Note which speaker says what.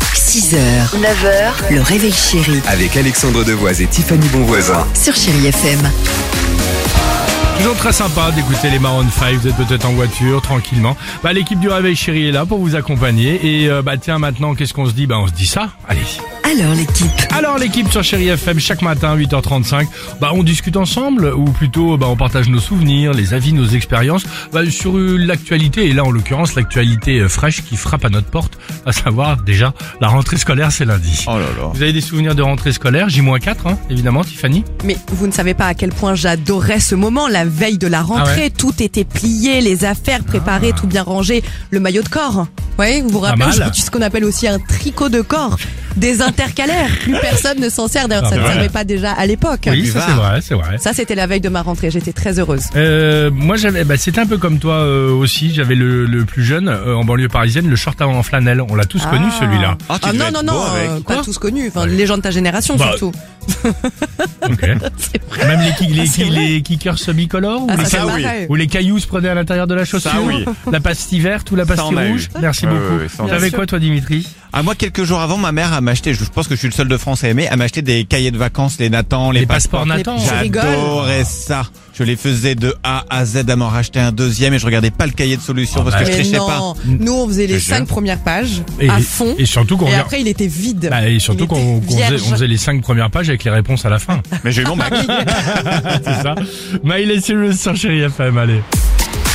Speaker 1: 6h, 9h, le réveil chéri
Speaker 2: Avec Alexandre Devoise et Tiffany Bonvoisin.
Speaker 1: sur Chéri FM.
Speaker 3: Toujours très sympa d'écouter les Maroon 5, vous êtes peut-être en voiture, tranquillement. Bah, L'équipe du Réveil Chéri est là pour vous accompagner. Et euh, bah tiens, maintenant, qu'est-ce qu'on se dit Bah on se dit ça, allez
Speaker 1: Alors l'équipe,
Speaker 3: Alors l'équipe sur Chéri FM, chaque matin, 8h35, bah on discute ensemble, ou plutôt bah, on partage nos souvenirs, les avis, nos expériences, bah, sur euh, l'actualité, et là en l'occurrence l'actualité euh, fraîche qui frappe à notre porte, à savoir déjà, la rentrée scolaire c'est lundi.
Speaker 4: Oh là là.
Speaker 3: Vous avez des souvenirs de rentrée scolaire, J-4, hein, évidemment, Tiffany
Speaker 5: Mais vous ne savez pas à quel point j'adorais ce moment, la veille de la rentrée.
Speaker 3: Ah ouais Ah.
Speaker 5: Tout était plié, les affaires préparées, tout bien rangé, le maillot de corps. Oui, vous vous
Speaker 3: Pas
Speaker 5: rappelez
Speaker 3: mal.
Speaker 5: aujourd'hui ce qu'on appelle aussi un tricot de corps, des intercalaires. Plus personne ne s'en sert, d'ailleurs
Speaker 3: Ah
Speaker 5: ça ne
Speaker 3: bah
Speaker 5: servait
Speaker 3: voilà.
Speaker 5: pas déjà à l'époque.
Speaker 3: Oui, ça c'est vrai, c'est vrai.
Speaker 5: Ça, c'était la veille de ma rentrée, j'étais très heureuse.
Speaker 3: Euh, moi j'avais bah, c'était un peu comme toi euh, aussi j'avais le, le plus jeune euh, en banlieue parisienne le short en flanelle on l'a tous connu
Speaker 5: Ah.
Speaker 3: celui-là
Speaker 4: Ah, tu
Speaker 5: Ah
Speaker 4: devais
Speaker 5: non,
Speaker 4: être
Speaker 5: non,
Speaker 4: beau
Speaker 5: non,
Speaker 4: avec.
Speaker 5: euh, pas
Speaker 3: Quoi
Speaker 5: tous connus, enfin,
Speaker 3: Ouais.
Speaker 5: les gens de ta génération
Speaker 3: Bah,
Speaker 5: surtout.
Speaker 3: Ok.
Speaker 5: C'est vrai.
Speaker 3: même les, kick- les,
Speaker 5: Ah, c'est
Speaker 3: kick-
Speaker 5: vrai.
Speaker 3: les kickers bicolores ou,
Speaker 5: Ah,
Speaker 3: les
Speaker 5: ça, c'est
Speaker 4: ça, oui.
Speaker 5: pareil.
Speaker 3: ou les cailloux se prenaient à l'intérieur de la chaussure
Speaker 4: Ça, oui.
Speaker 3: la pastille verte ou la
Speaker 4: Ça,
Speaker 3: pastille
Speaker 4: on a eu.
Speaker 3: rouge merci
Speaker 4: Ouais,
Speaker 3: beaucoup
Speaker 4: ouais, ouais, ça, on a
Speaker 3: t'avais
Speaker 4: eu.
Speaker 3: quoi toi Dimitri
Speaker 4: Ah, moi, quelques jours avant, ma mère a m'acheté, je pense que je suis le seul de France à aimer, à m'acheter des cahiers de vacances, les Nathan, les,
Speaker 3: les passeports Nathan
Speaker 5: les- Je rigole.
Speaker 4: J'adorais ça. Je les faisais de A à Z à m'en racheter un deuxième et je regardais pas le cahier de solution parce que
Speaker 5: Ah,
Speaker 4: je
Speaker 5: bah, Mais
Speaker 4: trichais
Speaker 5: non, nous on faisait les
Speaker 4: Je jure.
Speaker 5: cinq premières pages
Speaker 3: et,
Speaker 5: à fond,
Speaker 3: et surtout qu'on
Speaker 5: et
Speaker 3: regarde-
Speaker 5: après il était vide.
Speaker 3: bah, et surtout
Speaker 5: Il
Speaker 3: qu'on
Speaker 5: était
Speaker 3: qu'on faisait,
Speaker 5: vierge.
Speaker 3: on faisait les cinq premières pages avec les réponses à la fin
Speaker 4: pas. Mais j'ai eu mon bac.
Speaker 3: c'est ça Miley Cyrus sur Chéri FM allez